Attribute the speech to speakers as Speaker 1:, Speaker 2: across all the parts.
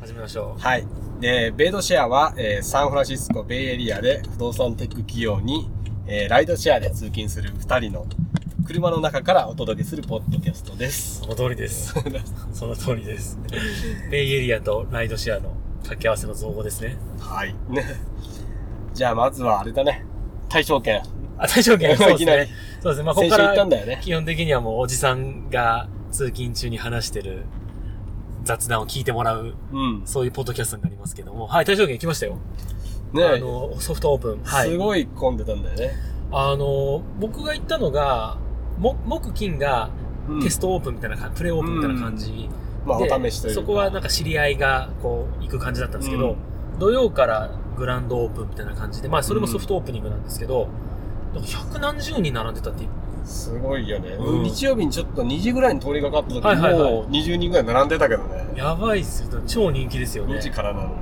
Speaker 1: 始めましょう。
Speaker 2: はい。で、ベイドシェアは、えーサンフランシスコベイエリアで不動産テック企業に、えーライドシェアで通勤する2人の車の中からお届けするポッドキャストです。
Speaker 1: その通りです。
Speaker 2: は
Speaker 1: その通りです。ベイエリアとライドシェアの掛け合わせの造語ですね。
Speaker 2: い。 ね。じゃあ、まずはあれだね。対象権。
Speaker 1: あ、大丈夫
Speaker 2: いや
Speaker 1: そうです
Speaker 2: いきなり
Speaker 1: ね。そうですね。まあ、ここ
Speaker 2: 先週
Speaker 1: か
Speaker 2: 言ったん
Speaker 1: ら
Speaker 2: だよね。
Speaker 1: 基本的にはもうおじさんが通勤中に話してる雑談を聞いてもらう、
Speaker 2: うん。
Speaker 1: そういうポッドキャストになりますけども。はい、大将券来ましたよ。
Speaker 2: ね
Speaker 1: あの、ソフトオープン。はい。
Speaker 2: すごい混んでたんだよね。
Speaker 1: あの、僕が行ったのが、も木金が
Speaker 2: うん
Speaker 1: テストオープンみたいな感じ、プレオープンみたいな感じ。
Speaker 2: まあ、お
Speaker 1: で
Speaker 2: 試しというか。
Speaker 1: そこはなんか知り合いがこう行く感じだったんですけど、土曜からグランドオープンみたいな感じで、まあそれもソフトオープニングなんですけど、なんか百何十人並んでたっていう。
Speaker 2: うんすごいよね、
Speaker 1: うん
Speaker 2: 日曜日にちょっと2時ぐらいに通りかかった時、
Speaker 1: はいはいはい
Speaker 2: もう20人ぐらい並んでたけどね。
Speaker 1: やばいっすよ。超人気ですよね
Speaker 2: 2。時からなのに。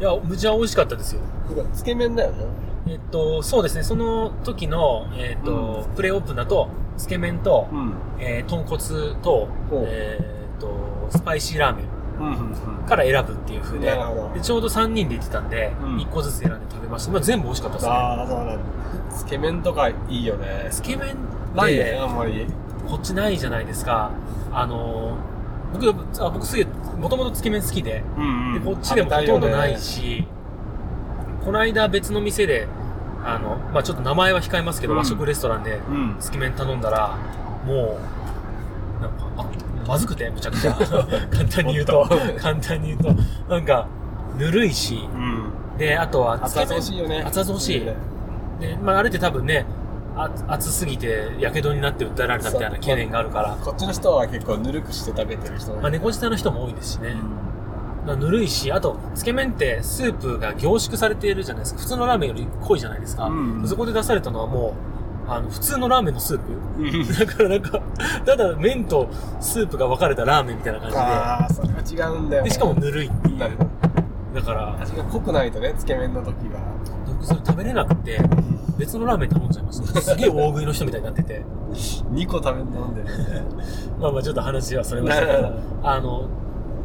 Speaker 1: いや、むちゃ美味しかったですよ。
Speaker 2: なんかつけ麺だよね。
Speaker 1: えっと、そうですね、その時の、えっと、プレオープンだと、つけ麺と、
Speaker 2: うん。
Speaker 1: えー豚骨と
Speaker 2: ほう、
Speaker 1: えっと、スパイシーラーメン
Speaker 2: うんうんうん。
Speaker 1: から選ぶっていう風で
Speaker 2: なるほど、
Speaker 1: でちょうど3人で行ってたんで、
Speaker 2: うん
Speaker 1: 1個ずつ選んで食べました。まあ全部美味しかったですね。
Speaker 2: ああ、そうなんだ。つけ麺とかいいよね。
Speaker 1: つけ麺っ
Speaker 2: ないね、
Speaker 1: て
Speaker 2: あんまり。
Speaker 1: こっちないじゃないですか。あのー、僕、あ僕すげえ、もともとつけ麺好きで、
Speaker 2: うん
Speaker 1: でこっちでもほとんどない。し、この間別の店で、あの、まあちょっと名前は控えますけど、
Speaker 2: うん
Speaker 1: 和食レストランで
Speaker 2: うん。
Speaker 1: つけ麺頼んだら、もう、なんか、あ、まずくて、むちゃく ちゃ。簡単に言うと
Speaker 2: もっと、
Speaker 1: 簡単に言うと、なんか、ぬるいし、
Speaker 2: うん。
Speaker 1: で、あとは、つ
Speaker 2: 熱
Speaker 1: け
Speaker 2: 々
Speaker 1: 麺
Speaker 2: 欲しいよね。
Speaker 1: 熱々欲しい
Speaker 2: ね
Speaker 1: で、まあ、あれって多分ね、あ熱すぎて、やけどになって訴えられたみたいな懸念があるから、
Speaker 2: こっちの人は結構ぬるくして食べてる人
Speaker 1: まあ、猫舌の人も多いですしね。まあぬるいし、あと、つけ麺ってスープが凝縮されているじゃないですか。普通のラーメンより濃いじゃないですか。
Speaker 2: うん
Speaker 1: そこで出されたのはもう、あの、普通のラーメンのスープ。
Speaker 2: う ん。
Speaker 1: だからなんか、ただ麺とスープが分かれたラーメンみたいな感
Speaker 2: ああ、それは違うんだ
Speaker 1: じで。
Speaker 2: よ。
Speaker 1: で、しかも、ぬるいっていう。
Speaker 2: なる
Speaker 1: だから、
Speaker 2: 味が濃くないとね、つけ麺の時は。
Speaker 1: 僕それ食べれなくて、別のラーメン頼んじゃいました。すげえ大食いの人みたいになってて。
Speaker 2: 2個食べ飲んでるね。
Speaker 1: まあまあちょっと話はそれましたけど、あの、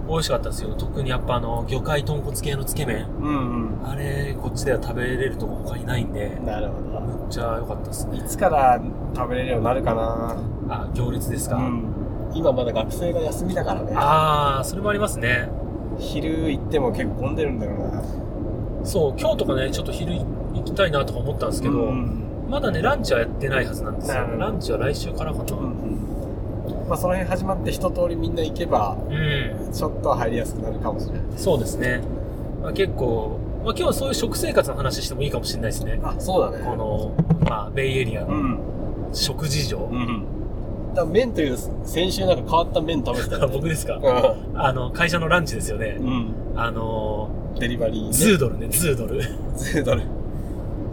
Speaker 1: 美味しかったですよ。特にやっぱあの、魚介豚骨系のつけ麺。
Speaker 2: うん
Speaker 1: あれ、こっちでは食べれるとこ他にないんで
Speaker 2: う、ん。なるほど。
Speaker 1: めっちゃ良かったです
Speaker 2: い
Speaker 1: ね。
Speaker 2: つから食べれるようになるかな
Speaker 1: あ、行列ですか。
Speaker 2: うん、今まだ学生が休みだからね
Speaker 1: ああ、それもありますね。
Speaker 2: 昼行っても結構混んでるんだろうな
Speaker 1: そう、今日とかね、ちょっと昼行きたいなとか思ったんですけど、
Speaker 2: うん
Speaker 1: まだね、ランチはやってないはずなんです
Speaker 2: なる
Speaker 1: よ
Speaker 2: ほ。ど
Speaker 1: ランチは来週からかな。
Speaker 2: う
Speaker 1: うん。
Speaker 2: んまあ、その辺始まって一通りみんな行けばちょっと入りやすくなるかもしれない
Speaker 1: そうですね。まあ、結構、まあ今日はそういう食生活の話してもいいかもしれないですね。
Speaker 2: あそうだね
Speaker 1: この、まあ、ベイエリア
Speaker 2: う
Speaker 1: の
Speaker 2: ん
Speaker 1: 食事情。
Speaker 2: うんだから麺という先週なんか変わった麺食べてたよね
Speaker 1: 僕ですか
Speaker 2: う
Speaker 1: あの、会社のランチですよね
Speaker 2: ん。うん
Speaker 1: あの
Speaker 2: デリバリー、
Speaker 1: ー、
Speaker 2: ね、
Speaker 1: ズードルね、ズードル。
Speaker 2: ズードル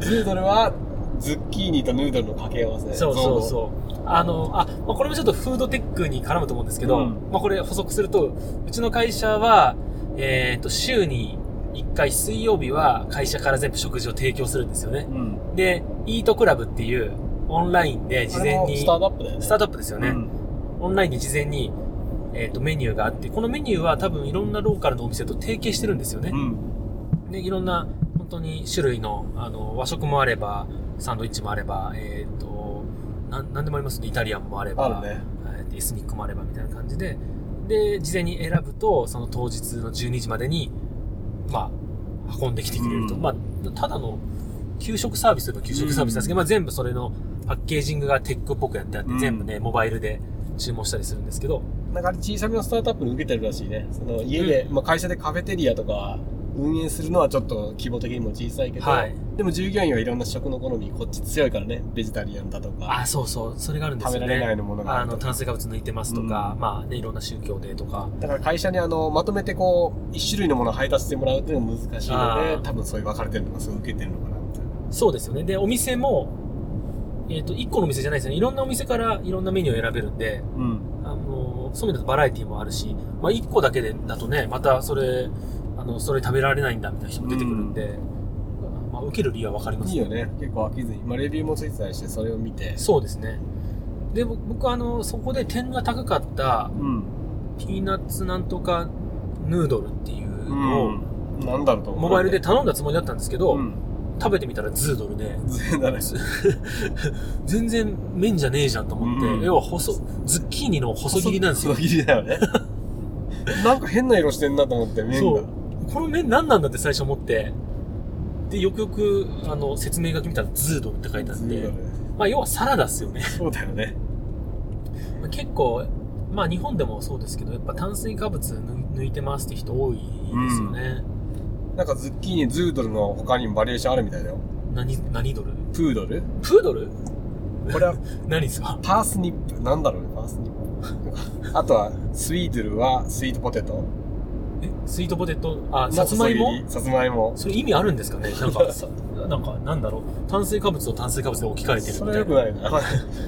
Speaker 2: ズードルはズッキーニとヌードルの掛け合わせ
Speaker 1: そうそうそう。あの、あ、まあ、これもちょっとフードテックに絡むと思うんですけど、
Speaker 2: うん
Speaker 1: まあ、これ補足すると、うちの会社は、えっ、と、週に1回水曜日は会社から全部食事を提供するんですよね
Speaker 2: う。ん
Speaker 1: で、イートクラブっていうオンラインで事
Speaker 2: あれ
Speaker 1: 前
Speaker 2: も
Speaker 1: に、
Speaker 2: ス
Speaker 1: ス
Speaker 2: タ
Speaker 1: タ
Speaker 2: ートアップだよね
Speaker 1: ートアップですよね。オンラインで事前に、えっ、と、メニューがあって、このメニューは多分いろんなローカルのお店と提携してるんですよね。
Speaker 2: うん、うん、
Speaker 1: でいろんな本当に種類のあの和食もあればサンドイッチもあればえっ、となんなんでもありますねイタリアンもあれば
Speaker 2: あるね
Speaker 1: えーとエスニックもあればみたいな感じでで事前に選ぶとその当日の12時までにまあ運んできてくれると、
Speaker 2: うん
Speaker 1: まあただの給食サービスといえば給食サービスなんですけど、まあ、全部それのパッケージングがテックっぽくやってあって、
Speaker 2: うん
Speaker 1: 全部ねモバイルで注文したりするんですけど
Speaker 2: なんかあれ小さめのスタートアップに受けてるらしいね。その家で、
Speaker 1: う
Speaker 2: まあ、会社でカフェテリアとか運営するのはちょっと規模的にも小さいけど、
Speaker 1: はい
Speaker 2: でも従業員はいろんな食の好み、こっち強いからね、ベジタリアンだとか、
Speaker 1: あそうそうそれがあるんです
Speaker 2: 食
Speaker 1: よね
Speaker 2: べられないのものがあ
Speaker 1: あ
Speaker 2: る
Speaker 1: の
Speaker 2: と
Speaker 1: 炭水化物抜いてますとか、まあねいろんな宗教でとか
Speaker 2: だから会社にあのまとめてこう、一種類のものを配達してもらうっていうのは難しいの
Speaker 1: あー
Speaker 2: で、多分そういう分かれてるのがすごい受けてるのかなみたいな。
Speaker 1: そうですよね。で、お店も、えっ、と、1個のお店じゃないですよね。いろんなお店からいろんなメニューを選べるんで、
Speaker 2: うん。
Speaker 1: あのそういう意味だとバラエティもあるし、まあ、1個だけでだとね、またそれ、あの、それ食べられないんだみたいな人も出てくるんで、まあ、受ける理由はわかります
Speaker 2: いいよね。結構飽きずに。まあ、レビューもついてたりして、それを見て。
Speaker 1: そうですね。で、僕、僕あの、そこで点が高かった、
Speaker 2: うん。
Speaker 1: ピーナッツなんとかヌードルっていうのを、
Speaker 2: うん。なんだろうと思う。
Speaker 1: モバイルで頼んだつもりだったんですけど、
Speaker 2: うん。
Speaker 1: 食べてみたらズードルで、
Speaker 2: 全然
Speaker 1: 全然麺じゃねえじゃんと思って、
Speaker 2: うん
Speaker 1: 要は細、ズッキーニの細切りなんですよ。
Speaker 2: 細切りだよね。 なんか変な色してんなと思って、麺
Speaker 1: そ
Speaker 2: が
Speaker 1: う。。この麺何なんだって最初思って、で、よくよく、あの、説明書き見たらズードルって書いてあっ
Speaker 2: ズード
Speaker 1: て
Speaker 2: ル、
Speaker 1: まあ要はサラダっすよね。
Speaker 2: そうだよね。
Speaker 1: まあ結構、まあ日本でもそうですけど、やっぱ炭水化物抜抜いてますって人多いですよね。
Speaker 2: なんかズッキーニ、ズードルの他にもバリエーションあるみたいだよ。
Speaker 1: 何、何ドル
Speaker 2: プードル
Speaker 1: プードル
Speaker 2: これは
Speaker 1: 何ですか
Speaker 2: パースニップ。なんだろうね、パースニップ。あとは、スイードルはスイートポテト。
Speaker 1: え、スイートポテト、あ、
Speaker 2: の
Speaker 1: さつまいも
Speaker 2: 細切りさつまいも。
Speaker 1: それ意味あるんです かねなんか、さなんか、なんだろう。炭水化物を炭水化物で置き換えてる
Speaker 2: そ
Speaker 1: み
Speaker 2: れ
Speaker 1: た
Speaker 2: よ
Speaker 1: い
Speaker 2: く
Speaker 1: な。
Speaker 2: ないな。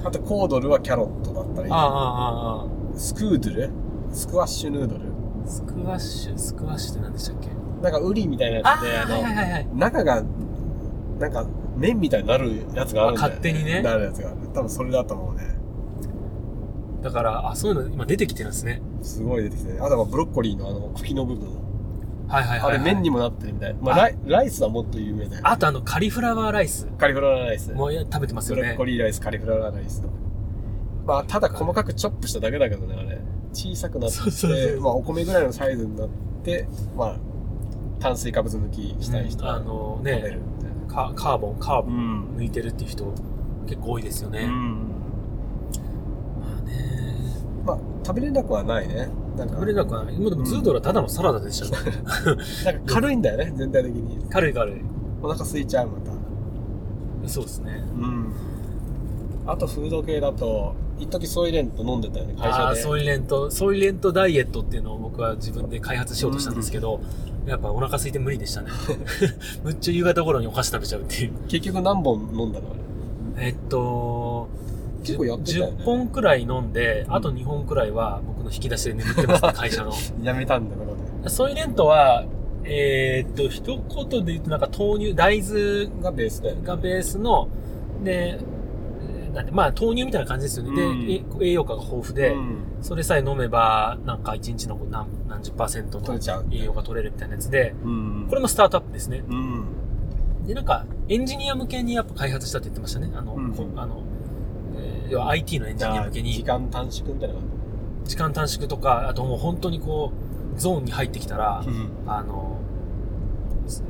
Speaker 2: あと、コードルはキャロットだったり
Speaker 1: あ。あ、ああ、あ
Speaker 2: スクードルスクワッシュヌードル
Speaker 1: あ。スクワッシュ、スクワッシュって何でしたっけ
Speaker 2: なんかウリみたいなや
Speaker 1: あ
Speaker 2: つ
Speaker 1: あ
Speaker 2: で、あ
Speaker 1: ー、はいはい
Speaker 2: の、
Speaker 1: はいはい。
Speaker 2: 中が、なんか、麺みたいになるやつがあるんだ
Speaker 1: あ
Speaker 2: よ、ね。
Speaker 1: 勝手にね
Speaker 2: なるやつがある。多分それだと思うね。
Speaker 1: だから、あ、そういうの今出てきてるんですね。
Speaker 2: すごい出てきてね。あとはブロッコリーのあの、茎の部分。
Speaker 1: はいはい
Speaker 2: あ
Speaker 1: はい、
Speaker 2: れ麺に
Speaker 1: も。
Speaker 2: もなってるみたい。まあ、
Speaker 1: あ
Speaker 2: ライライスはもっと有名だよ。
Speaker 1: あとあの、カリフラワーライス。
Speaker 2: カリフラワーライス。
Speaker 1: もういや食べてます
Speaker 2: ブ
Speaker 1: よ
Speaker 2: ロッ
Speaker 1: ね
Speaker 2: コ。リーライス、カリフラワーライスと。まあ、ただ細かくチョップしただけだけどね、あれ。小さくなって、
Speaker 1: そうそうそう
Speaker 2: まあ、お米ぐらいのサイズになって、まあ、炭水化物抜きしたい人
Speaker 1: うんあ
Speaker 2: は
Speaker 1: の
Speaker 2: 食べる
Speaker 1: ね、
Speaker 2: みたいな。
Speaker 1: カカーボン、カー
Speaker 2: う
Speaker 1: ボン
Speaker 2: ん。
Speaker 1: 抜いてるっていう人結構多いですよね。
Speaker 2: うん。
Speaker 1: まあね。
Speaker 2: まあ、食べれなくはないね。なんか、
Speaker 1: 食べれなくはない。もうでもズードルはただのサラダでした ね。
Speaker 2: なんか軽いんだよね、全体的に。
Speaker 1: 軽い軽い。
Speaker 2: お腹空いちゃう、また。
Speaker 1: そうですね。
Speaker 2: うん。あと、フード系だと、一時ソイレント飲んでたよね、会
Speaker 1: あ
Speaker 2: 社
Speaker 1: あ、
Speaker 2: で。
Speaker 1: ソイレント、ソイレントダイエットっていうのを僕は自分で開発しようとしたんですけど、やっぱお腹空いて無理でしたね。 むっちゃ夕方頃にお菓子食べちゃうっていう。
Speaker 2: 結局何本飲んだのあれ
Speaker 1: えっと、
Speaker 2: 結構やってたよね
Speaker 1: 10本くらい飲んで、あと2本くらいは僕の引き出しで眠ってます、 ね、会社の。
Speaker 2: やめたんだからね。
Speaker 1: ソイレントは、えーっと、一言で言うとなんか豆乳、大豆
Speaker 2: がベースだよね。
Speaker 1: がベースの、で、えーなんて、まあ豆乳みたいな感じですよね。
Speaker 2: うん
Speaker 1: で、え栄養価が豊富で、
Speaker 2: うん
Speaker 1: それさえ飲めば、なんか一日の何何十パーセント
Speaker 2: 取
Speaker 1: の
Speaker 2: れちゃう。
Speaker 1: 栄養が取れるみたいなやつで、
Speaker 2: うん。
Speaker 1: これもスタートアップですね。
Speaker 2: うん。
Speaker 1: で、なんか、エンジニア向けにやっぱ開発したって言ってましたね。あの、
Speaker 2: うん
Speaker 1: こうあの、えー要は IT のエン
Speaker 2: じ
Speaker 1: ジニ
Speaker 2: ゃ
Speaker 1: ア
Speaker 2: あ、
Speaker 1: 向け
Speaker 2: 時
Speaker 1: に、
Speaker 2: 間短縮みたいな感
Speaker 1: 時間短縮とか、あともう本当にこう、ゾーンに入ってきたら
Speaker 2: じ。、うん。
Speaker 1: あの、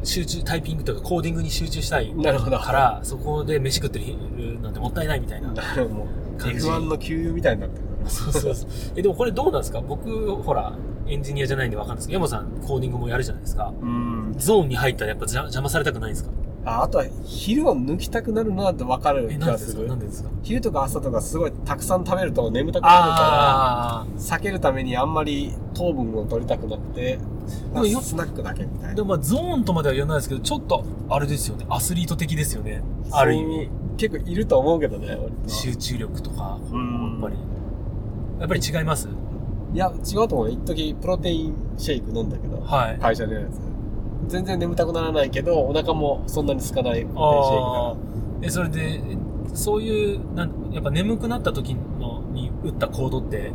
Speaker 1: 集中、タイピングとかコーディングに集中したい
Speaker 2: なる ほど。
Speaker 1: から、そこで飯食ってるなんてもったいないみたい な。
Speaker 2: なるほど。もう、
Speaker 1: 感じ
Speaker 2: F1 の給油みたいになってるから。
Speaker 1: そうそうそう。え、でもこれどうなんですか僕、ほら、エンジニアじゃないんでわかんないですけど、山さんコーディングもやるじゃないですか。
Speaker 2: うん。
Speaker 1: ゾーンに入ったらやっぱ邪邪魔されたくないんですか
Speaker 2: ああとは、昼を抜きたくなるなって分かる
Speaker 1: え、
Speaker 2: 気
Speaker 1: なん
Speaker 2: が
Speaker 1: ですですか
Speaker 2: る
Speaker 1: な。んでですか
Speaker 2: 昼とか朝とかすごいたくさん食べると眠たくなるか
Speaker 1: あ
Speaker 2: ら、避けるためにあんまり糖分を取りたくなくて、なんか
Speaker 1: よ
Speaker 2: スナックだけみ
Speaker 1: あ。
Speaker 2: たい
Speaker 1: で
Speaker 2: な。
Speaker 1: もまあ、ゾーンとまでは言わないですけど、ちょっと、あれですよね。アスリート的ですよね。ある意味。
Speaker 2: そう。結構いると思うけどね、俺と
Speaker 1: 集中力とか、
Speaker 2: う
Speaker 1: や
Speaker 2: ん
Speaker 1: っぱり。やっぱり違います
Speaker 2: いや、違うと思う。一時プロテインシェイク飲んだけど、
Speaker 1: はい。
Speaker 2: 会社でやるやつ。全然眠たくならないけど、お腹もそんなに空かないプロテイン
Speaker 1: ああ。え、
Speaker 2: シェイクだ
Speaker 1: それで、えそういう、なんやっぱ眠くなった時のに打った行動って、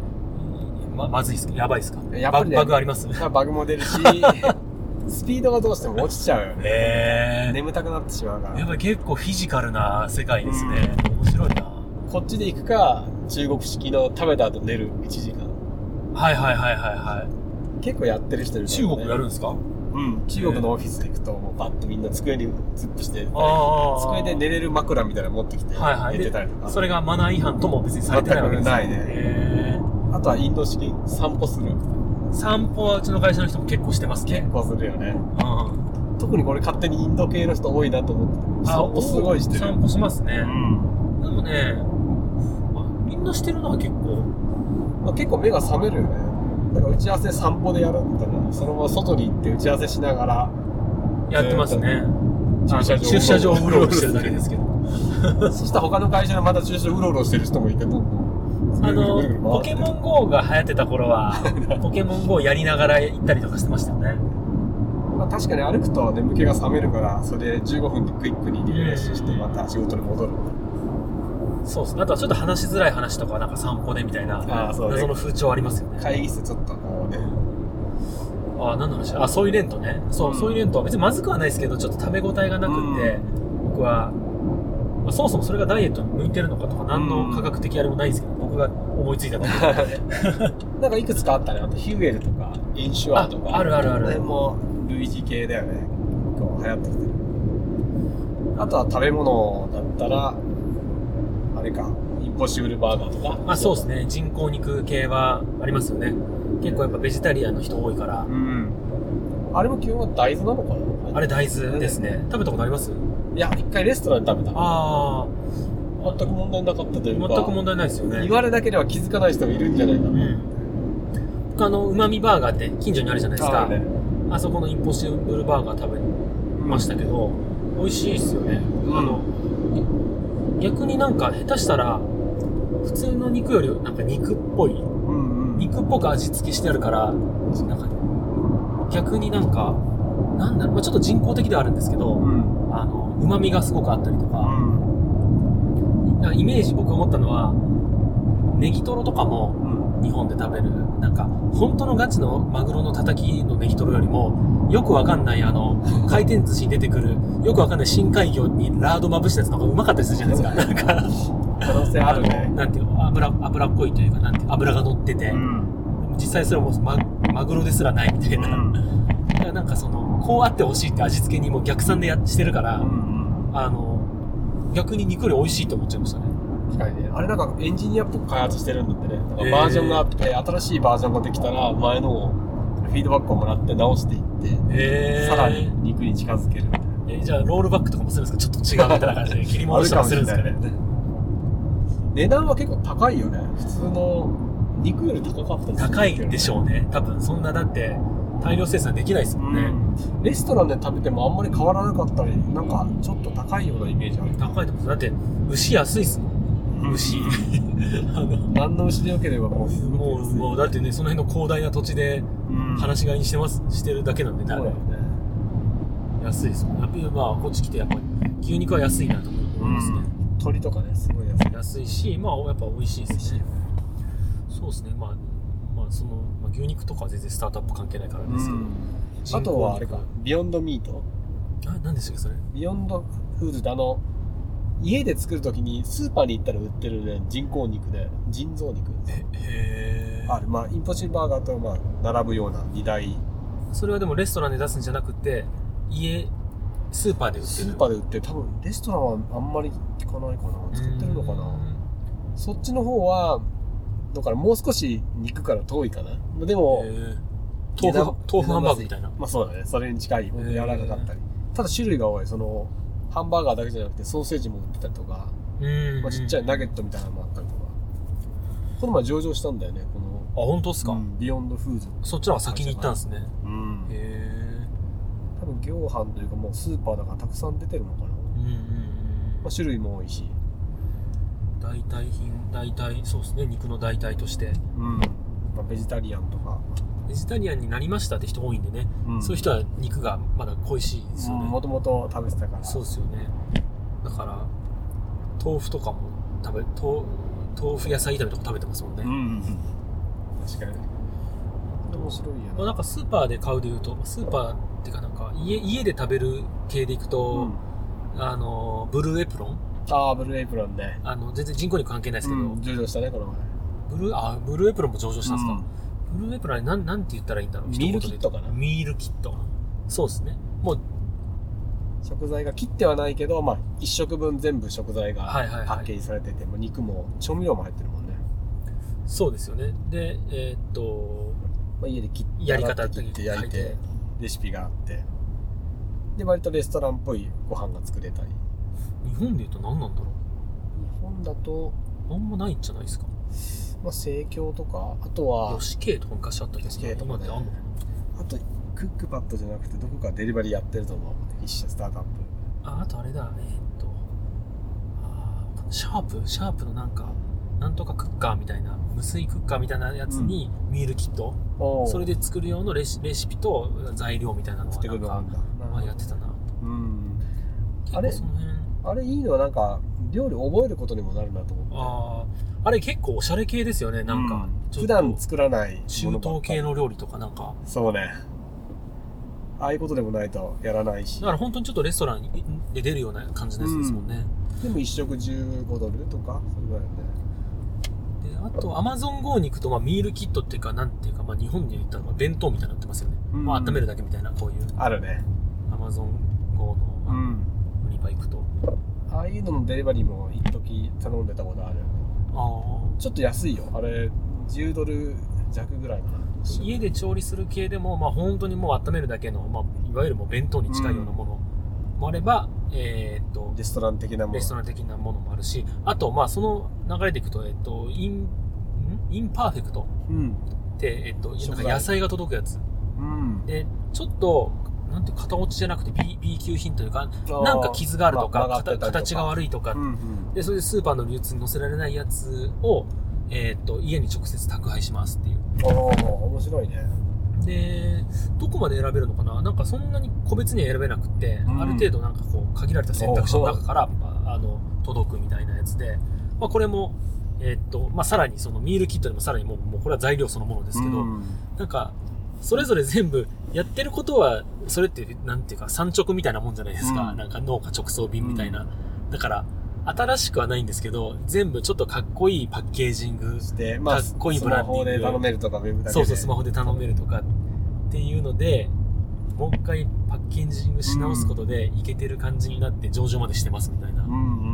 Speaker 1: ま、まずいですかやばいですか
Speaker 2: やっぱりね
Speaker 1: バグバグあり ます
Speaker 2: だからバグも 出るし、スピードがどうしても落ちちゃうよね。
Speaker 1: え
Speaker 2: 眠たくなってしまうか ら
Speaker 1: やっ。ぱり結構フィジカルな世界ですね。面白いな。
Speaker 2: こっちで行くか、中国式の食べた後寝る1時間。
Speaker 1: はいはいはいはいは
Speaker 2: 結構やってる人いる
Speaker 1: い。
Speaker 2: から、
Speaker 1: 中
Speaker 2: ね。
Speaker 1: 国やるんですか
Speaker 2: うん。中国のオフィス行くと、もうバッとみんな机に突っ伏して、
Speaker 1: あ
Speaker 2: 机で寝れる枕みたいなの持ってきて、
Speaker 1: はいはい
Speaker 2: 寝てたりとか。
Speaker 1: それがマナー違反とも別にされ
Speaker 2: 全
Speaker 1: てないわけ
Speaker 2: く
Speaker 1: ですね。
Speaker 2: ないね。
Speaker 1: へ
Speaker 2: あとはインド式、散歩する。
Speaker 1: ー散歩はうちの会社の人も結構してますね
Speaker 2: 結。構するよね。
Speaker 1: うん。あ
Speaker 2: 特にこれ勝手にインド系の人多いなと思って。散歩すごいしてる。
Speaker 1: 散歩しますね。
Speaker 2: うん。
Speaker 1: でもね、あみんなしてるのは結構。
Speaker 2: まあ、結構目が覚めるよね。だから打ち合わせ散歩でやるみたいな。そのまま外に行って打ち合わせしながら、
Speaker 1: やってますね。
Speaker 2: 駐車場
Speaker 1: あの駐車場をうろうろしてるだけですけど。
Speaker 2: そしたら他の会社のまた駐車場うろうろしてる人もいて、どんどん
Speaker 1: あの
Speaker 2: ぐるぐるぐるぐる、
Speaker 1: ポ
Speaker 2: 回
Speaker 1: ケ
Speaker 2: って
Speaker 1: モン GO が流行ってた頃 は、ポケモン GO やりながら行ったりとかしてましたよね。
Speaker 2: まあ、確かに歩くと眠気が覚めるから、それで15分でクイックにリフレッシュして、また仕事に戻る。
Speaker 1: そうですね。あとはちょっと話しづらい話とか、なんか散歩でみたいな、
Speaker 2: ああ、そう
Speaker 1: 謎の風潮ありますよね。
Speaker 2: 会議室ちょっとこうね、
Speaker 1: あ、何の話あ、ソイレントね。そう、
Speaker 2: うん
Speaker 1: ソイレントは別にまずくはないですけど、ちょっと食べ応えがなくって、
Speaker 2: う
Speaker 1: 僕は、まあ、そもそもそれがダイエットに向いてるのかとか、何の科学的あれもないですけど、僕が思いついたの
Speaker 2: なんかいくつかあったね。あとヒューエルとか、インシュアとか。
Speaker 1: ああるあるある
Speaker 2: この辺も類似系だよね。今日流行ってきてる。あとは食べ物だったら、あれか、インポッシブルバーガーとか。
Speaker 1: まあそうですね、人工肉系はありますよね。結構やっぱベジタリアンの人多いから
Speaker 2: う、ん。あれも基本は大豆なのかな
Speaker 1: あれ大豆ですね。食べたことあります
Speaker 2: いや、一回レストランで食べた。
Speaker 1: ああ、
Speaker 2: 全く問題なかったという
Speaker 1: 全
Speaker 2: か。
Speaker 1: く問題ないですよね。
Speaker 2: 言われだけでは気づかない人もいるんじゃないか
Speaker 1: う
Speaker 2: な。
Speaker 1: ん。僕あの、うまみバーガーって近所にあるじゃないですか。あ,、
Speaker 2: あるね
Speaker 1: そこのインポッシブルバーガー食べましたけど、美味しいですよね。
Speaker 2: ん
Speaker 1: あの、逆になんか下手したら、普通の肉よりなんか肉っぽい、
Speaker 2: うんうん。
Speaker 1: 肉っぽく味付けしてあるから、なんか、逆になんか、なんだろう、まあ、ちょっと人工的ではあるんですけど、
Speaker 2: うん。
Speaker 1: あの、旨味がすごくあったりとか、
Speaker 2: う
Speaker 1: なんかイメージ僕思ったのは、ネギトロとかも、
Speaker 2: ん。
Speaker 1: 日本で食べるなんか本当のガチのマグロのたたきのネギトロよりもよくわかんないあの回転寿司に出てくるよくわかんない深海魚にラードまぶしたやつの方がうまかったりするじゃないですかなんか
Speaker 2: 可能性あるね。
Speaker 1: なんていうの油油っぽいというかなんていうの油が乗ってて、
Speaker 2: ん。
Speaker 1: 実際それはもうママグロですらないみたいな、だからなんかそのこうあってほしいって味付けにもう逆算でやっしてるから、
Speaker 2: うん。
Speaker 1: あの逆に肉より美味しいと思っちゃいましたね
Speaker 2: 確かにね。あれなんかエンジニアっぽく開発してるんだってね。なんか
Speaker 1: へー
Speaker 2: バージョンがあって、新しいバージョンができたら、前のをフィードバックをもらって直していって、
Speaker 1: へ
Speaker 2: さらに肉に近づけるみたいな。
Speaker 1: えじゃあロールバックとかもするんですかちょっと違うみたい な感じで切り戻したりするんですかね
Speaker 2: あるかもしれない値段は結構高いよね。普通の肉より高かったりする
Speaker 1: 高いでしょうね多分そんなだって大量生産できないですもんね、
Speaker 2: うんレストランで食べてもあんまり変わらなかったり、なんかちょっと高いようなイメージある。
Speaker 1: 高いと思うだって牛安いっすもん 牛あの
Speaker 2: 何の牛でよければもうす
Speaker 1: も
Speaker 2: ご
Speaker 1: う
Speaker 2: い
Speaker 1: もうだってねその辺の広大な土地で
Speaker 2: 話
Speaker 1: 話し飼いにしてますしてるだけなんで
Speaker 2: そうだよ
Speaker 1: ね
Speaker 2: ね。
Speaker 1: 安いですもんやっぱりまあこっち来てやっぱり牛肉は安いなと思いますね、
Speaker 2: 鳥とかね、すごいやつ。
Speaker 1: 安いしまあやっぱ美味しいですねそうですねまあまあその、まあ、牛肉とかは全然スタートアップ関係ないからですけど、人工
Speaker 2: あとはあれ
Speaker 1: 肉
Speaker 2: か、ビヨンドミート
Speaker 1: あ何でしたっけそれ
Speaker 2: ビヨンドフーズってあの、家で作るときにスーパーに行ったら売ってるね、人工肉で、人造肉。
Speaker 1: えへえ
Speaker 2: ある、まあ、インポッシブルバーガーと、まあ、並ぶような二大、
Speaker 1: それはでもレストランで出すんじゃなくて、家、スーパーで売って
Speaker 2: ス
Speaker 1: る。
Speaker 2: ーパーで売ってる、多分レストランはあんまり聞かないかな。作ってるのかな。そっちの方は、だからもう少し肉から遠いかな。でも
Speaker 1: う、ーんへー
Speaker 2: 値
Speaker 1: 豆
Speaker 2: 段
Speaker 1: 腐、豆腐ハンバーグみたいな。
Speaker 2: まあそうだね。それに近い、本当に柔らかかったり。ただ種類が多い。その、ハンバーガーだけじゃなくて、ソーセージも売ってたりとか、
Speaker 1: うん
Speaker 2: まあ、ちっちゃいナゲットみたいなのもあったりとか。この前上場したんだよね、この、
Speaker 1: あ、本当っすか、
Speaker 2: うんビヨンドフーズ。
Speaker 1: そっちの方が先に行ったんですね。
Speaker 2: うん
Speaker 1: へえ。
Speaker 2: 多分業販というかもうスーパーだからたくさん出てるのかな。
Speaker 1: うんうんうん
Speaker 2: まあ、種類も多いし。
Speaker 1: 代替品、代替、そうですね、肉の代替として。
Speaker 2: うん。まあ、ベジタリアンとか。
Speaker 1: ベジタリアンになりましたって人多いんでね、そういう人は肉がまだ恋しいですよね。
Speaker 2: もともと食べてたから。
Speaker 1: そうですよね。だから、豆腐とかも食べ、豆豆腐野菜炒めとか食べてますもんね。
Speaker 2: うん。確かに。面白いよね。
Speaker 1: まあ、なんかスーパーで買うでいうと、スーパーっていうかなんか家家で食べる系でいく
Speaker 2: う
Speaker 1: と
Speaker 2: ん、
Speaker 1: あの、ブルーエプロン
Speaker 2: ああ、ブルーエプロンね。
Speaker 1: あの、全然人工肉関係ないですけど、
Speaker 2: うん上場したね、この前。
Speaker 1: ブルー、あ、ブルーエプロンも上場したんです
Speaker 2: う
Speaker 1: か
Speaker 2: ん、
Speaker 1: ブルーエプロンあれなん、なんて言ったらいいんだろう
Speaker 2: ミールキットか
Speaker 1: 一言で
Speaker 2: な
Speaker 1: 言うとミールキット。そうですね。もう、
Speaker 2: 食材が切ってはないけど、まあ、一食分全部食材が
Speaker 1: はいはいはい
Speaker 2: パッケージされてて、もう肉も調味料も入ってるもんね。
Speaker 1: そうですよね。で、えーっと、
Speaker 2: まあ、家で切って、
Speaker 1: やり方
Speaker 2: 洗って切って焼い
Speaker 1: 書い
Speaker 2: て
Speaker 1: て、
Speaker 2: レシピがあって。で、割とレストランっぽいご飯が作れたり。日
Speaker 1: 日本で言うと何なんだろう
Speaker 2: 本だと、
Speaker 1: あんまないんじゃないですか。
Speaker 2: まあ、生協とか、あとは、
Speaker 1: 吉慶とか昔あったけど、
Speaker 2: 吉慶とか
Speaker 1: 今
Speaker 2: ね
Speaker 1: ってあんの
Speaker 2: あと、クックパッドじゃなくて、どこかデリバリーやってると思う。一社スタートアップ。
Speaker 1: あ、あとあれだ、えーっと、あーシャープシャープのなんか、なんとかクッカーみたいな、無水クッカーみたいなやつにミールキット、それ
Speaker 2: で
Speaker 1: で作る用のレシレシピと材料みたいなの
Speaker 2: 作っ
Speaker 1: が
Speaker 2: て
Speaker 1: な
Speaker 2: くる
Speaker 1: ん
Speaker 2: のがあ
Speaker 1: か
Speaker 2: るん、だ。
Speaker 1: まあ、やってたな。
Speaker 2: うん。
Speaker 1: 結
Speaker 2: あれ
Speaker 1: 構その辺、
Speaker 2: あれいいのはなんか料理覚えることにもなるなと思って
Speaker 1: ああ、あれ結構おしゃれ系ですよね、なんか。
Speaker 2: うん
Speaker 1: ちょっと
Speaker 2: 普段作らない
Speaker 1: 中東系の料理とかなんか、
Speaker 2: そうねああいうことでもないとやらないし
Speaker 1: だから本当にちょっとレストランで出るような感じのやつですもんね。
Speaker 2: でも1食15ドルとかそれぐらいだよね
Speaker 1: で、あと、アマゾン GO に行くと、まあ、ミールキットっていうか、なんていうか、まあ、日本で言ったら、まあ弁当みたいになってますよね。
Speaker 2: うん
Speaker 1: まあ、温めるだけみたいな、こういう、
Speaker 2: あるね
Speaker 1: アマゾン GO の、あの
Speaker 2: ん
Speaker 1: 売り場行くと。
Speaker 2: ああいうののデリバリーも一時頼んでたことある
Speaker 1: あ
Speaker 2: ちょっと安いよあれ10ドル弱ぐらいか
Speaker 1: あ。
Speaker 2: な
Speaker 1: 家で調理する系でも、まあ、本当にもう温めるだけの、まあ、いわゆるもう弁当に近いようなものもあれば、えーっと、
Speaker 2: レストラン的なもの
Speaker 1: レストラン的なものもあるし、あと、まあ、その流れでいくと、えっと、イン、んインパーフェクト
Speaker 2: うん
Speaker 1: って、えっと、なん
Speaker 2: 食
Speaker 1: か
Speaker 2: 材
Speaker 1: 野菜が届くやつ。
Speaker 2: うん
Speaker 1: で、ちょっと、なんていうか片落ちじゃなくて B, B 級品というか、なんか傷があるとか、
Speaker 2: ま曲がってたりとか
Speaker 1: 形が悪いとか、
Speaker 2: うんうん
Speaker 1: で、それでスーパーの流通に載せられないやつを、えーっと、家に直接宅配しますっていう。
Speaker 2: おー面白いね
Speaker 1: で、どこまで選べるのかななんかそんなに個別には選べなくって、
Speaker 2: うん
Speaker 1: ある程度なんかこう、限られた選択肢の中から、まああの、届くみたいなやつで、まあこれも、えーっと、まあさらにそのミールキットでもさらにもう、もうこれは材料そのものですけど、
Speaker 2: うん
Speaker 1: なんか、それぞれ全部、やってることは、それって、なんていうか、産直みたいなもんじゃないですか。
Speaker 2: うん
Speaker 1: なんか農家直送便みたいな。だから、新しくはないんですけど、全部ちょっとかっこいいパッケージング。
Speaker 2: してまあ
Speaker 1: かっこいいブランディング
Speaker 2: スマホで頼めるとかウェブだけで
Speaker 1: そうそう、スマホで頼めるとかっていうので、もう一回パッケージングし直すことで、いけてる感じになって上場までしてますみたいな
Speaker 2: う。んう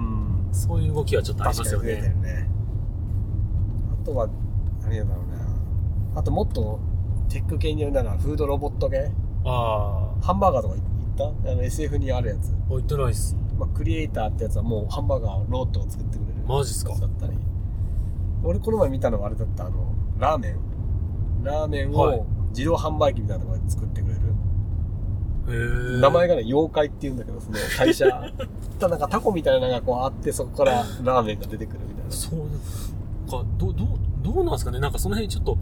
Speaker 2: ん
Speaker 1: そういう動きはちょっとありますよ
Speaker 2: 確かに増えて
Speaker 1: ね。
Speaker 2: るねあとは何やだろうなあともっとテック系によるならフードロボット系
Speaker 1: あ
Speaker 2: ハンバーガーとかい行ったあの SF にあるやつ、
Speaker 1: あ、置いてないっす。
Speaker 2: まあ、クリエイターってやつはもうハンバーガーをロートを作ってくれる
Speaker 1: マジっすか
Speaker 2: やつだったり俺この前見たのはあれだったあのラーメンラーメン
Speaker 1: はい
Speaker 2: を自動販売機みたいなところで作ってくれる、
Speaker 1: へえ。
Speaker 2: 名前がね妖怪って言うんだけどその 会社ただなんかタコみたいなのがこうあってそこからラーメンが出てくるみたいな
Speaker 1: そうかどどどうなんですかねなんかその辺ちょっと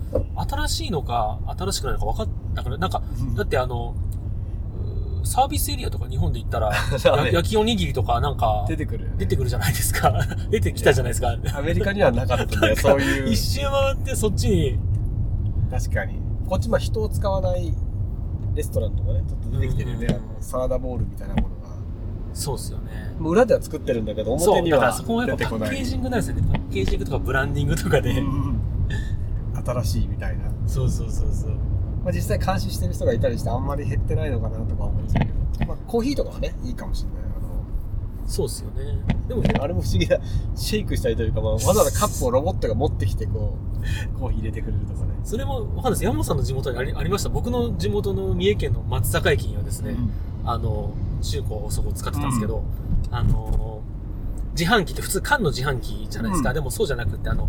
Speaker 1: 新しいのか新しくないのか分かんなくないなんかだってあのうーサービスエリアとか日本で行ったら
Speaker 2: ラーメ
Speaker 1: や
Speaker 2: ン
Speaker 1: 焼きおにぎりとかなんか
Speaker 2: 出てくるよね、
Speaker 1: 出てくるじゃないです か出てきたじゃないですか
Speaker 2: アメリカにはなか ったね、そう
Speaker 1: 一
Speaker 2: いう。
Speaker 1: 周回ってそっちに
Speaker 2: 確かに。こっち、まあ人を使わないレストランとかね、ちょっと出てきてるよね。
Speaker 1: うん
Speaker 2: あのサラダボールみたいなものが。
Speaker 1: そうっすよね
Speaker 2: もう裏では作ってるんだけど、
Speaker 1: そ
Speaker 2: 表
Speaker 1: う
Speaker 2: に
Speaker 1: だから
Speaker 2: は
Speaker 1: そこもや
Speaker 2: 出
Speaker 1: っぱ
Speaker 2: て
Speaker 1: パ
Speaker 2: こ
Speaker 1: ッ
Speaker 2: な
Speaker 1: ケー
Speaker 2: い。
Speaker 1: ジングなんですよねパッケージングとかブランディングとかで、
Speaker 2: うん新しいみたいな。
Speaker 1: そうそうそうそう
Speaker 2: まあ実際監視してる人がいたりして、あんまり減ってないのかなとか思うんですけど。まあコーヒーとかはね、いいかもしれない。
Speaker 1: そうっすよねでも
Speaker 2: あのあれも不思議だ。シェイクしたりというか、まあ、わざわざカップをロボットが持ってきて、こう、コーヒー入れてくれるとかね。
Speaker 1: それもわかんないです山本さんの地元にありありました僕の地元の三重県の松阪駅にはですね、あの、中高そこ使ってたんですけど、あの、自販機って普通缶の自販機じゃないですか。
Speaker 2: うん
Speaker 1: でもそうじゃなくて、あの、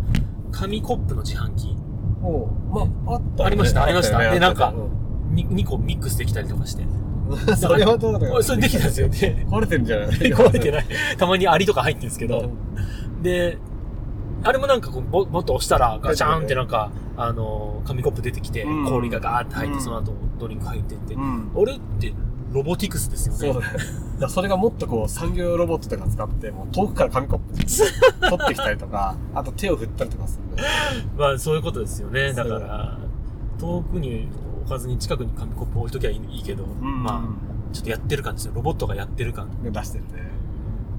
Speaker 1: 紙コップの自販機
Speaker 2: もう、まあ、あったよね
Speaker 1: ありましたありました
Speaker 2: よね
Speaker 1: でなんか
Speaker 2: あったよね
Speaker 1: に2個ミックスできたりとかして。
Speaker 2: それはどうなの
Speaker 1: おいそれできたんですよ。で、
Speaker 2: 壊れてるんじゃない
Speaker 1: 壊れて
Speaker 2: い
Speaker 1: ない。たまにアリとか入ってるんですけ
Speaker 2: け
Speaker 1: ど。で、あれもなんかこう、ボボッと押したら、ガチャーンってなんか、あの、紙コップ出てきて、
Speaker 2: うん
Speaker 1: 氷がガーって入っ
Speaker 2: う
Speaker 1: て、
Speaker 2: ん
Speaker 1: その後ドリンク入ってって。
Speaker 2: ん。
Speaker 1: 俺って、ロボティクスですよね。
Speaker 2: そうだね。だからそれがもっとこう産業用ロボットとか使って、もう遠くから紙コップ取ってきたりとか、あと手を振ったりとかするんだよね
Speaker 1: まあそういうことですよね。だか
Speaker 2: そう
Speaker 1: ら、遠くに置かずに近くに紙コップ置いときゃいいいいけど、まあ、ちょっとやってる感じですよ。ロボットがやってる感。
Speaker 2: 出してるね。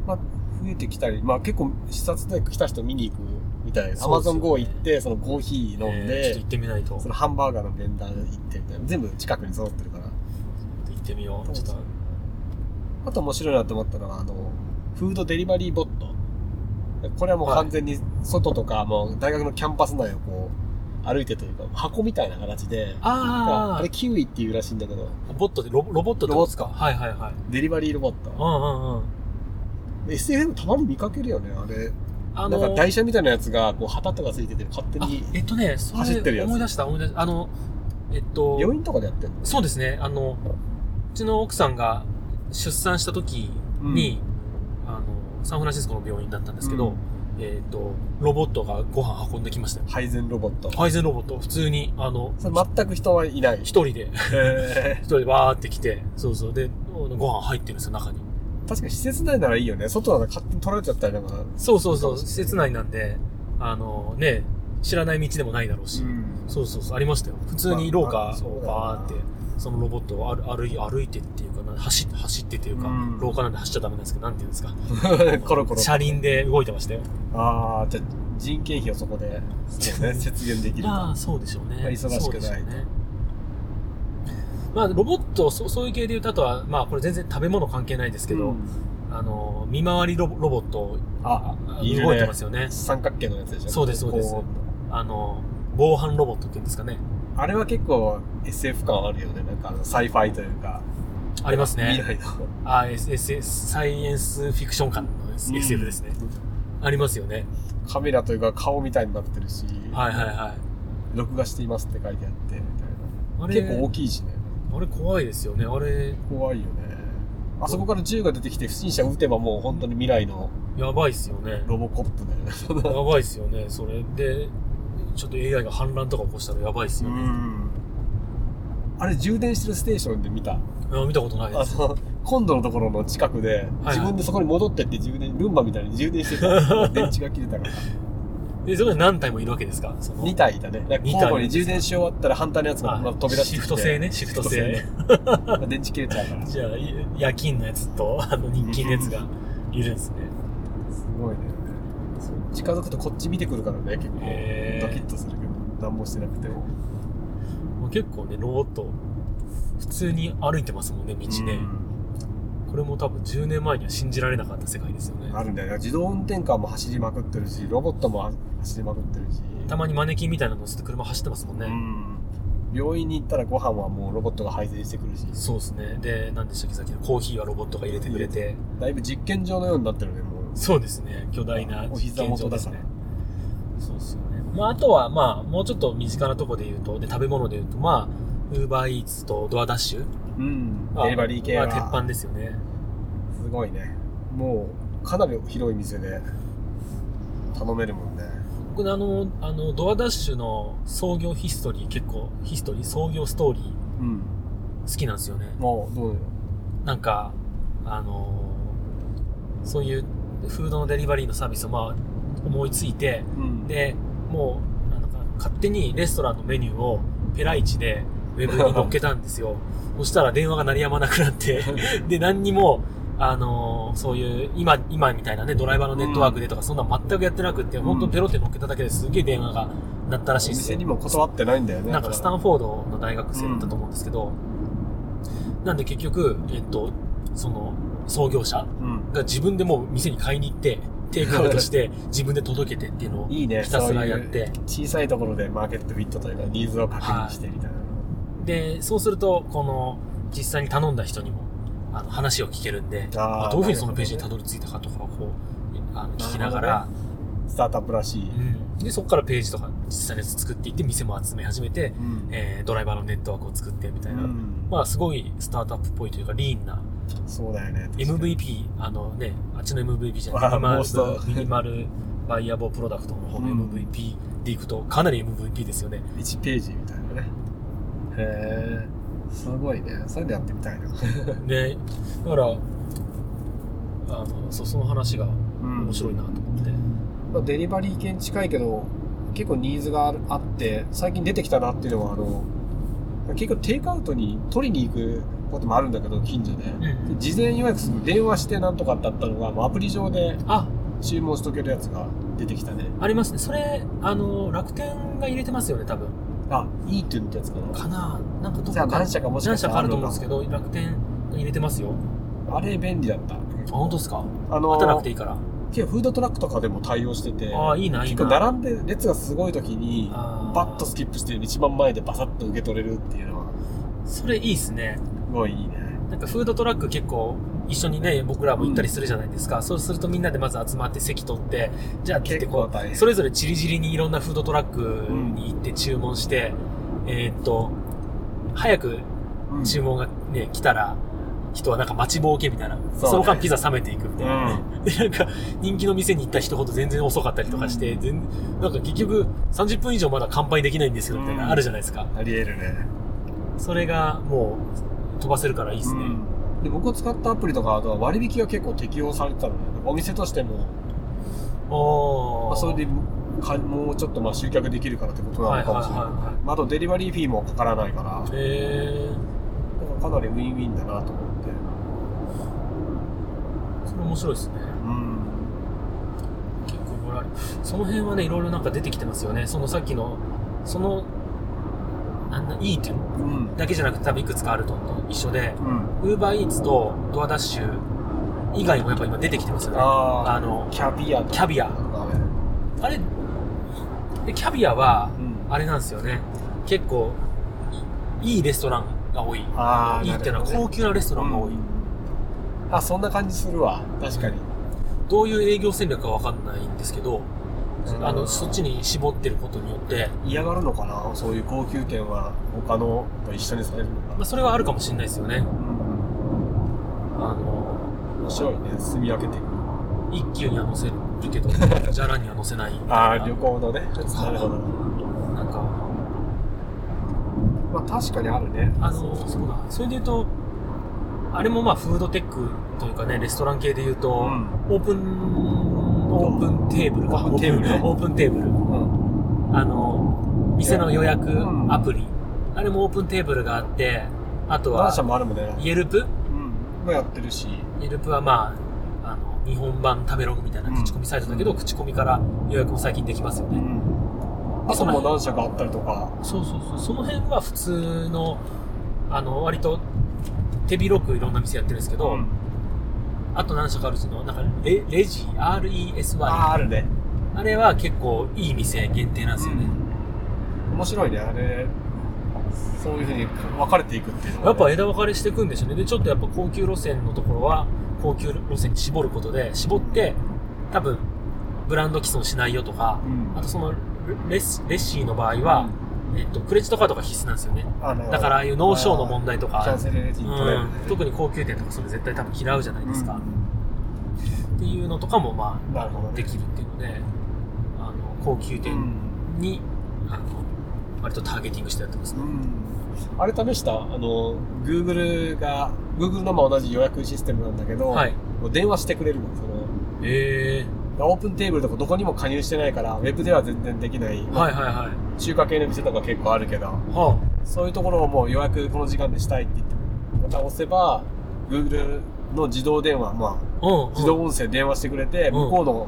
Speaker 2: まあ、増えてきたり、まあ結構視察で来た人見に行くみたいです。ア
Speaker 1: そう
Speaker 2: マ
Speaker 1: ですよね
Speaker 2: ゾン GO 行って、そのコーヒー飲ん
Speaker 1: えーちょっと行
Speaker 2: で
Speaker 1: っ、てみないと。ち
Speaker 2: そ
Speaker 1: ょ
Speaker 2: のハンバーガーのベンダー行ってみたいな。全部近くに揃ってるから。
Speaker 1: っと行ってみよう。ちょっと、
Speaker 2: あと面白いなと思ったのは、あの、フードデリバリーボット。これはもう完全に外とか、もう大学のキャンパス内をこう、歩いてというか、箱みたいな形で、
Speaker 1: あ
Speaker 2: あれキウイっていうらしいんだけど、
Speaker 1: あ、ボットで、ロボロボットってことですか
Speaker 2: ロボ
Speaker 1: はいはいはい。
Speaker 2: デリバリーロボッ
Speaker 1: う
Speaker 2: ト。
Speaker 1: んうんうん。
Speaker 2: SF たまに見かけるよね、あれ。
Speaker 1: あ
Speaker 2: なんか台車みたいなやつが、こう旗とかついてて、勝手
Speaker 1: あ
Speaker 2: に、
Speaker 1: えっとね、そ
Speaker 2: 走ってる
Speaker 1: れ
Speaker 2: やつ
Speaker 1: 思い出した思い出した。あの、えっと、
Speaker 2: 病院とかでやってるの
Speaker 1: そうですね。あの、うちの奥さんが出産した時に、あの、サンフランシスコの病院だったんですけど、
Speaker 2: うん
Speaker 1: えっ、と、ロボットがご飯運んできましたよ。
Speaker 2: 配膳ロボット。
Speaker 1: 配膳ロボット、普通に、あの、
Speaker 2: それ全く人はいない。
Speaker 1: 一人で、
Speaker 2: へ
Speaker 1: 一人でわーって来て、そうそう、で、ご飯入ってるんですよ、中に。
Speaker 2: ー確かに施設内ならいいよね。外なら勝手に取られちゃったりなんか。
Speaker 1: そうそうそ
Speaker 2: そう
Speaker 1: う、
Speaker 2: そう
Speaker 1: 施設内なんで、あの、ね、知らない道でもないだろうし、
Speaker 2: ん
Speaker 1: そうそうそう、ありましたよ。普通に廊
Speaker 2: まあ
Speaker 1: 下
Speaker 2: そう
Speaker 1: を
Speaker 2: だな
Speaker 1: バーってそのロボットを歩歩い歩いてっていうかな走って走ってというか、
Speaker 2: うん
Speaker 1: 廊下なんで走っちゃダメなんですけどなんていうんですか
Speaker 2: コロコロ。
Speaker 1: 車輪で動いてましたよ
Speaker 2: ああ、じゃあ人件費をそこで、そうね、 節減できる
Speaker 1: ま
Speaker 2: か
Speaker 1: あ。そうでしょうね
Speaker 2: まあ忙しくない
Speaker 1: そうでしょうねまあロボットそそういう系で言うとあとはまあこれ全然食べ物関係ないですけど、
Speaker 2: うん
Speaker 1: あの見回りロボロボット
Speaker 2: あ、いるね
Speaker 1: 動いてますよね
Speaker 2: 三角形のやつでしょ
Speaker 1: そうですそうです
Speaker 2: こ
Speaker 1: あの防犯ロボットっていうんですかね
Speaker 2: あれは結構 SF 感あるよね。なんかあのサイファイというか。
Speaker 1: ありますね
Speaker 2: 未来の。
Speaker 1: あ S S サイエンスフィクション感の S- SF ですね、ありますよね
Speaker 2: カメラというか顔みたいになってるし、
Speaker 1: はいはいはい
Speaker 2: 録画していますって書いてあって、み
Speaker 1: あ
Speaker 2: た
Speaker 1: れ
Speaker 2: いな。結構大きいしね。
Speaker 1: あれ怖いですよねあれ
Speaker 2: 怖いよね。あそこから銃が出てきて不審者撃てばもう本当に未来の
Speaker 1: やばいっすよね
Speaker 2: ロボコップだよね。
Speaker 1: やばいっすよねそれでちょっと AI が反乱とか起こしたらやばいっすよね、
Speaker 2: ん。あれ充電してるステーションで見た。
Speaker 1: あ見たことないで
Speaker 2: あ
Speaker 1: す
Speaker 2: の、今度のところの近くで、
Speaker 1: いはい
Speaker 2: 自分でそこに戻ってって充電、ルンバみたいに充電して た。電池が切れたから。
Speaker 1: でそこで何体もいるわけですかその
Speaker 2: 2体いたね。だから
Speaker 1: 二体
Speaker 2: 交互に充電し終わったら反対のやつが
Speaker 1: あ
Speaker 2: まあ飛び出してきて
Speaker 1: シフト制ねシフト制ね
Speaker 2: シフト制ね電池切れちゃう から。す
Speaker 1: じゃあい夜勤のやつとあの日勤のやつがいるんですね
Speaker 2: ごいね。近づくとこっち見てくるからね、結構。
Speaker 1: へー
Speaker 2: ドキッとするけど、何もしてなくても。
Speaker 1: もう結構ねロボット普通に歩いてますもんね道ね、これも多分10年前には信じられなかった世界ですよね
Speaker 2: うんあるんだよね。自動運転カーも走りまくってるし、ロボットも走りまくってるし。
Speaker 1: たまにマネキンみたいなの乗せて車走ってますもんね、
Speaker 2: うん病院に行ったらご飯はもうロボットが配膳してくるし、
Speaker 1: そうですねで何でしたっけさっきのコーヒーはロボットが入れてくれて
Speaker 2: だいぶ実験場のようになってるね、もう。
Speaker 1: そうですね巨大な
Speaker 2: お膝元
Speaker 1: 実験場
Speaker 2: だから
Speaker 1: ですねそうですよね、まあ、あとはまあもうちょっと身近なとこで言うとで食べ物で言うとまあウーバーイーツとドアダッシュ
Speaker 2: うん。
Speaker 1: まあ
Speaker 2: デリバリー系は。
Speaker 1: まあ鉄板ですよね
Speaker 2: すごいね。もう、かなり広い店で頼めるもんね。
Speaker 1: 僕ねあのあのドアダッシュの創業ヒストリー結構ヒストリー創業ストーリー
Speaker 2: うん。
Speaker 1: 好きなんですよね
Speaker 2: もう、どうよ。
Speaker 1: なんか、あのーそういうフードのデリバリーのサービスをまあ思いついて、
Speaker 2: うんで、
Speaker 1: で、もう、なんか勝手にレストランのメニューをペライチでウェブに載っけたんですよ。そしたら電話が鳴りやまなくなって、で、何にも、あのーそういう、今、今みたいなね、ドライバーのネットワークでとか、そんな全くやってなくって、
Speaker 2: うん
Speaker 1: 本当ペロって乗っけただけですげえ電話が鳴ったらしいで
Speaker 2: お
Speaker 1: すよ
Speaker 2: 店にも断ってないんだよね。
Speaker 1: なんかスタン
Speaker 2: フ
Speaker 1: フォードの大学生だったと思うんですけど、なんで結局、えっと、その、創業者
Speaker 2: うん。
Speaker 1: が自分でもう店に買いに行って、テイクアウトして、自分で届けてっていうのを
Speaker 2: いい
Speaker 1: ひ
Speaker 2: ね。
Speaker 1: たすらやって、
Speaker 2: そういう小さいところでマーケットフィットというか、ニーズを確認してみたいな。
Speaker 1: で、そうすると、この、実際に頼んだ人にも、あの、話を聞けるんで、
Speaker 2: あー
Speaker 1: まあどういうふうにそのページにたどり着いたかとかをこう、あの聞きなが
Speaker 2: なる
Speaker 1: ら、
Speaker 2: スタートアップらしい。
Speaker 1: うんで、そこからページとか実際のやつ作っていって、店も集め始めて、
Speaker 2: うん
Speaker 1: えードライバーのネットワークを作ってみたいな、
Speaker 2: うん
Speaker 1: まあ、すごいスタートアップっぽいというか、リーンな、
Speaker 2: そうだよね。
Speaker 1: MVP、あのね、あっちの MVP じゃ
Speaker 2: あー
Speaker 1: な
Speaker 2: も
Speaker 1: いう
Speaker 2: そう
Speaker 1: ミニマル、ミニマルバイアボープロダクトの方の
Speaker 2: うん
Speaker 1: MVP でいくと、かなり MVP ですよ ね。
Speaker 2: 1ページみたいなね。へえ。すごいね。そういうのやってみたいな。
Speaker 1: ね、だから、あの、そう、その話が面白いなと思って。
Speaker 2: まあ、デリバリー系に近いけど結構ニーズがあるあって最近出てきたなっていうのはあの結構テイクアウトに取りに行くこともあるんだけど近所で
Speaker 1: ん
Speaker 2: 事前予約する電話してなんとかだったのがもうアプリ上で
Speaker 1: あ、
Speaker 2: 注文しとけるやつが出てきたね
Speaker 1: ありますね。それ、あの、楽天が入れてますよね、多分。
Speaker 2: あいいって言ってやつかな
Speaker 1: かななんかどっ
Speaker 2: じゃあ
Speaker 1: か、
Speaker 2: 何社かもしか
Speaker 1: 何
Speaker 2: し
Speaker 1: 社
Speaker 2: たら
Speaker 1: かあると思うんで
Speaker 2: の
Speaker 1: すけど、楽天が入れてますよ。
Speaker 2: あれ便利だった
Speaker 1: あ、本当ですか
Speaker 2: あの
Speaker 1: 待たなくていいから。
Speaker 2: 結構フードトラックとかでも対応してて
Speaker 1: ああ、いいな、いい
Speaker 2: 結
Speaker 1: な。
Speaker 2: 構並んで列がすごい時に
Speaker 1: あー
Speaker 2: バッとスキップして一番前でバサッと受け取れるっていうのは
Speaker 1: それいいですね。
Speaker 2: すごいいいね
Speaker 1: なんかフードトラック結構一緒にね、僕らも行ったりするじゃないですか。そうするとみんなでまず集まって席取って、じゃあって言って
Speaker 2: 結
Speaker 1: こ
Speaker 2: 構
Speaker 1: う、
Speaker 2: 大変
Speaker 1: それぞれチリチリにいろんなフードトラックに行って注文して、えーっと、早く
Speaker 2: うん
Speaker 1: 注文がね、来たら、人はなんか待ちぼうけみたいな。そ,、
Speaker 2: そうね
Speaker 1: の間ピザ冷めていくみたいな。
Speaker 2: う
Speaker 1: で、なんか人気の店に行った人ほど全然遅かったりとかして、全なんか結局30分以上まだ乾杯できないんですけどみたいな、
Speaker 2: うん
Speaker 1: あるじゃないですか。
Speaker 2: ん、あり得るね。
Speaker 1: それがもう飛ばせるからいいですね。
Speaker 2: で僕が使ったアプリとかあとは割引が結構適用されてたので、お店としても、
Speaker 1: おー。
Speaker 2: まあ、それでかもうちょっとまあ集客できるからってことなのかもしれない。
Speaker 1: はいはいはいはい
Speaker 2: まあ、あとデリバリーフィーもかからないから、
Speaker 1: え
Speaker 2: かなりウィンウィンだなと思って。
Speaker 1: それ面白いですね。
Speaker 2: うん。
Speaker 1: 結構いろいろある。その辺はね、いろいろなんか出てきてますよね。そのさっきの、その、なんだ、いい点
Speaker 2: うん。
Speaker 1: だけじゃなくて多分いくつかあると思う一緒で、
Speaker 2: うん。
Speaker 1: ウーバーイーツとドアダッシュ以外もやっぱ今出てきてますよね。
Speaker 2: あー
Speaker 1: あの、
Speaker 2: キャビアと
Speaker 1: キ
Speaker 2: か
Speaker 1: ャビア。
Speaker 2: だね。
Speaker 1: あれ、でキャビアは
Speaker 2: う、ん。
Speaker 1: あれなんですよね。結構、いいいレストランが多い。
Speaker 2: ああ、
Speaker 1: いいっていうのは
Speaker 2: なるほどね
Speaker 1: 高級なレストランが多い。
Speaker 2: あ、そんな感じするわ。確かに。
Speaker 1: どういう営業戦略かわかんないんですけど、
Speaker 2: うん
Speaker 1: あの、そっちに絞ってることによって、
Speaker 2: 嫌がるのかなそういう高級店は他のと一緒にされるのか
Speaker 1: まあ、
Speaker 2: な、
Speaker 1: それはあるかもしれないですよね。
Speaker 2: うん、
Speaker 1: あの、
Speaker 2: 面白いね。住み分けていく。
Speaker 1: 一級には乗せるけ ど、じゃらには乗せない。
Speaker 2: ああ、旅行のね。なるほど。
Speaker 1: なんか、
Speaker 2: まあ確かにあるね。
Speaker 1: あの、そうだ。それで言うと、あれもまあ、フードテックというかね、レストラン系で言うと、
Speaker 2: うん
Speaker 1: オープン、オープンテーブルか。
Speaker 2: オープンテーブルね
Speaker 1: オープンテーブル。
Speaker 2: うん。
Speaker 1: あの、店の予約
Speaker 2: うん
Speaker 1: アプリ。あれもオープンテーブルがあって、あと
Speaker 2: 何
Speaker 1: は、
Speaker 2: 社もあるもんね。
Speaker 1: イエルプ
Speaker 2: うん。もやってるし。
Speaker 1: イエルプはまあ、あの、日本版食べログみたいな口コミサイトだけど、口コミから予約も最近できますよ
Speaker 2: う
Speaker 1: ね。
Speaker 2: ん。あそこも何社かあったりとか。
Speaker 1: そうそうそう。その辺は普通の、あの、割と手広くいろんな店やってるんですけど、あと何社かあるうちの、なんかレ、レジ、RESY。
Speaker 2: あ
Speaker 1: あ
Speaker 2: あ、あるね。
Speaker 1: れは結構いい店限定なんですよね。
Speaker 2: 面白いね。あれ、そういうふうに分かれていくっていうの
Speaker 1: やっ
Speaker 2: がね
Speaker 1: ぱ枝分かれしていくんでしょうね。で、ちょっとやっぱ高級路線のところは、高級路線に絞ることで、絞って、多分、ブランド既存しないよとか、
Speaker 2: うん
Speaker 1: あとその、レス、レシーの場合は、えっと、クレジットカードが必須なんですよね。
Speaker 2: あの
Speaker 1: だから、ああいう脳症の問題と
Speaker 2: キャ
Speaker 1: か
Speaker 2: ン、セルレ
Speaker 1: う
Speaker 2: ジン取れる
Speaker 1: ん、特に高級店とかそれ絶対多分嫌うじゃないですか。っていうのとかも、ま
Speaker 2: なるほど
Speaker 1: あ、できるっていうので、あの、高級
Speaker 2: う
Speaker 1: 店
Speaker 2: ん
Speaker 1: に、あの、割とターゲティングしてやってますね。
Speaker 2: あれ試したあの Google が Google のま同じ予約システムなんだけど、
Speaker 1: はい。
Speaker 2: もう電話してくれるのその
Speaker 1: え
Speaker 2: オープンテーブルとかどこにも加入してないからウェブでは全然できない、
Speaker 1: ー。はいはいはい。
Speaker 2: 中華系の店とか結構あるけど
Speaker 1: はあ。
Speaker 2: そういうところをもう予約この時間でしたいって言ってまた押せば Google の自動電話まあ
Speaker 1: うん、
Speaker 2: 自動音声電話してくれて、
Speaker 1: ん
Speaker 2: 向こうの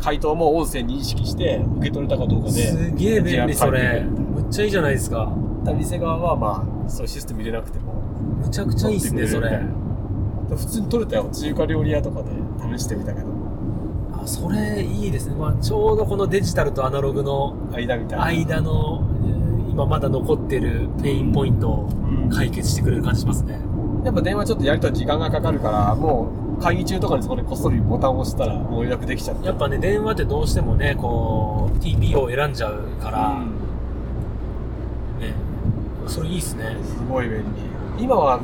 Speaker 2: 回答も音声認識して受け取れたかどうかです
Speaker 1: げえ便利それ
Speaker 2: 自
Speaker 1: むっちゃいいじゃないですか
Speaker 2: 店側はまあそういうシステム入れなくても
Speaker 1: むちゃくちゃいいっすねそれ
Speaker 2: 普通に取れたよ中華料理屋とかで試してみたけど
Speaker 1: あそれいいですね、まあ、ちょうどこのデジタルとアナログの
Speaker 2: 間みたいな
Speaker 1: 間のえー今まだ残ってるペインポイントを
Speaker 2: うん
Speaker 1: 解決してくれる感じしますね
Speaker 2: やっぱ電話ちょっとやると時間がかかるからもう会議中とかにそこでこっそりボタンを押したらもう予約できちゃって
Speaker 1: やっぱね電話ってどうしてもねこう TPO を選んじゃうから、
Speaker 2: うん
Speaker 1: ねそれいいっすね
Speaker 2: すごい便利今は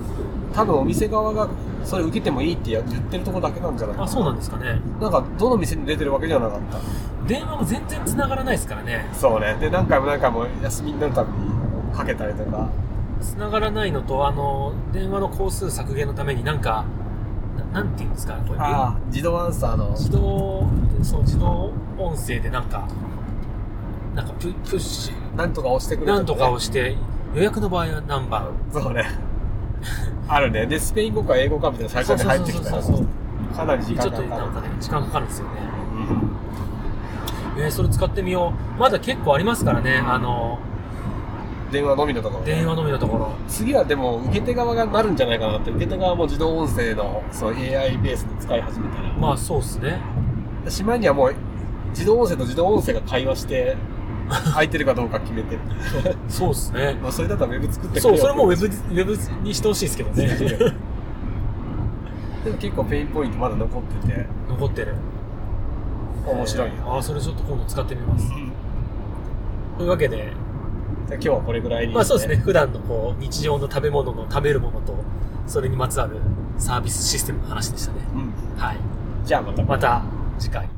Speaker 2: 多分お店側がそれ受けてもいいって言ってるとこだけなんじゃないか
Speaker 1: あ
Speaker 2: な
Speaker 1: そうなんですかね
Speaker 2: なんかどの店に出てるわけじゃなかった
Speaker 1: 電話も全然繋がらないですからね
Speaker 2: そうね。で、何回も何回も休みになるたびにかけたりとか。
Speaker 1: 繋がらないのとあの電話の工数削減のためになんかななんて言うんですかこれ
Speaker 2: あ、自動アンサーの
Speaker 1: 自動そう自動音声でなんかなんかププッシ
Speaker 2: なんとか押してく
Speaker 1: ュ
Speaker 2: れる、
Speaker 1: なんとかをして予約の場合は何番
Speaker 2: そうね。 あるね。で、スペイン語か英語かみたいな最初に入ってきた
Speaker 1: そう
Speaker 2: ら
Speaker 1: そうそうそう
Speaker 2: かなり時
Speaker 1: ちょ
Speaker 2: 間
Speaker 1: っと
Speaker 2: がかか
Speaker 1: なんか
Speaker 2: る。
Speaker 1: ね時間かかるんですよね
Speaker 2: うん
Speaker 1: えーそれ使ってみようまだ結構ありますからねあの
Speaker 2: 電話のみのところ。
Speaker 1: 電話のみのところ
Speaker 2: 次はでも、受け手側がなるんじゃないかなって。受け手側も自動音声の、そう、AI ベースで使い始めたら。
Speaker 1: まあそうっすね
Speaker 2: でしまいにはもう、自動音声と自動音声が会 話して、空いてるかどうか決めてる。
Speaker 1: そうっすね
Speaker 2: まあ、それだったらウェブ作ってくれ
Speaker 1: そ
Speaker 2: よ
Speaker 1: うそれもウェブウェブにしてほしいですけどね
Speaker 2: でも結構ペインポイントまだ残ってて
Speaker 1: 残ってる
Speaker 2: 面白いよ、
Speaker 1: えーああそれちょっと今度使ってみますというわけで
Speaker 2: じゃあ今日はこれぐらいに、
Speaker 1: まあそうですね、普段のこう日常の食べ物の食べるものと、それにまつわるサービスシステムの話でしたね。
Speaker 2: うん
Speaker 1: はい。
Speaker 2: じゃあまた
Speaker 1: また次回。